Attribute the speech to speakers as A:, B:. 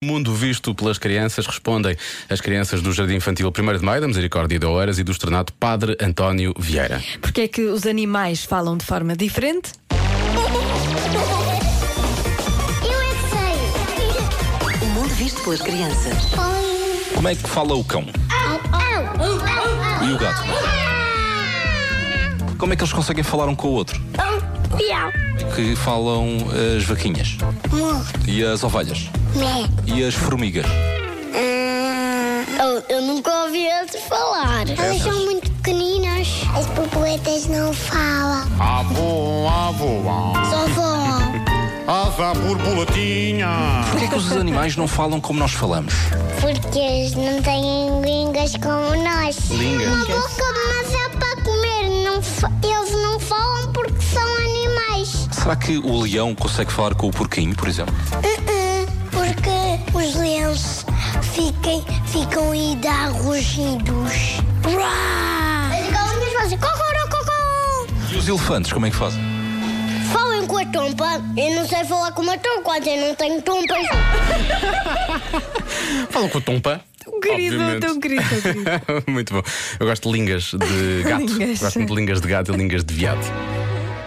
A: O Mundo visto pelas crianças respondem as crianças do Jardim Infantil 1 de Maio, da Misericórdia de Oeiras e do Estrenado Padre António Vieira.
B: Porque é que os animais falam de forma diferente?
C: Eu é que sei.
D: O mundo visto pelas crianças.
E: Como é que fala o cão? E o gato? Como é que eles conseguem falar um com o outro? Que falam as vaquinhas e as ovelhas e as formigas.
C: Eu, eu nunca ouvi eles falar.
E: É,
C: Elas são muito pequeninas. As borboletas não falam.
F: Ah, boa, boa.
C: Só falam.
F: Asa borboletinha.
E: Porquê que os animais não falam como nós falamos?
C: Porque eles não têm línguas como nós.
E: Línguas?
C: Uma boca, mas é para comer. Não fa- eles não falam porque são animais.
E: Será que o leão consegue falar com o porquinho, por exemplo?
C: Porque os leões fiquem, ficam e dá rugidos. As galinhas fazem cocorococó.
E: E os elefantes, como é que fazem?
C: Falem com a trompa. Eu não sei falar com uma trompa, eu não tenho trompas.
A: Falam com o Tompa.
B: Querido,
A: Obviamente.
B: tão querido, tão querido.
A: muito bom. Eu gosto de lingas de gato.
B: Lingas.
A: Gosto muito de lingas de gato e lingas de viado.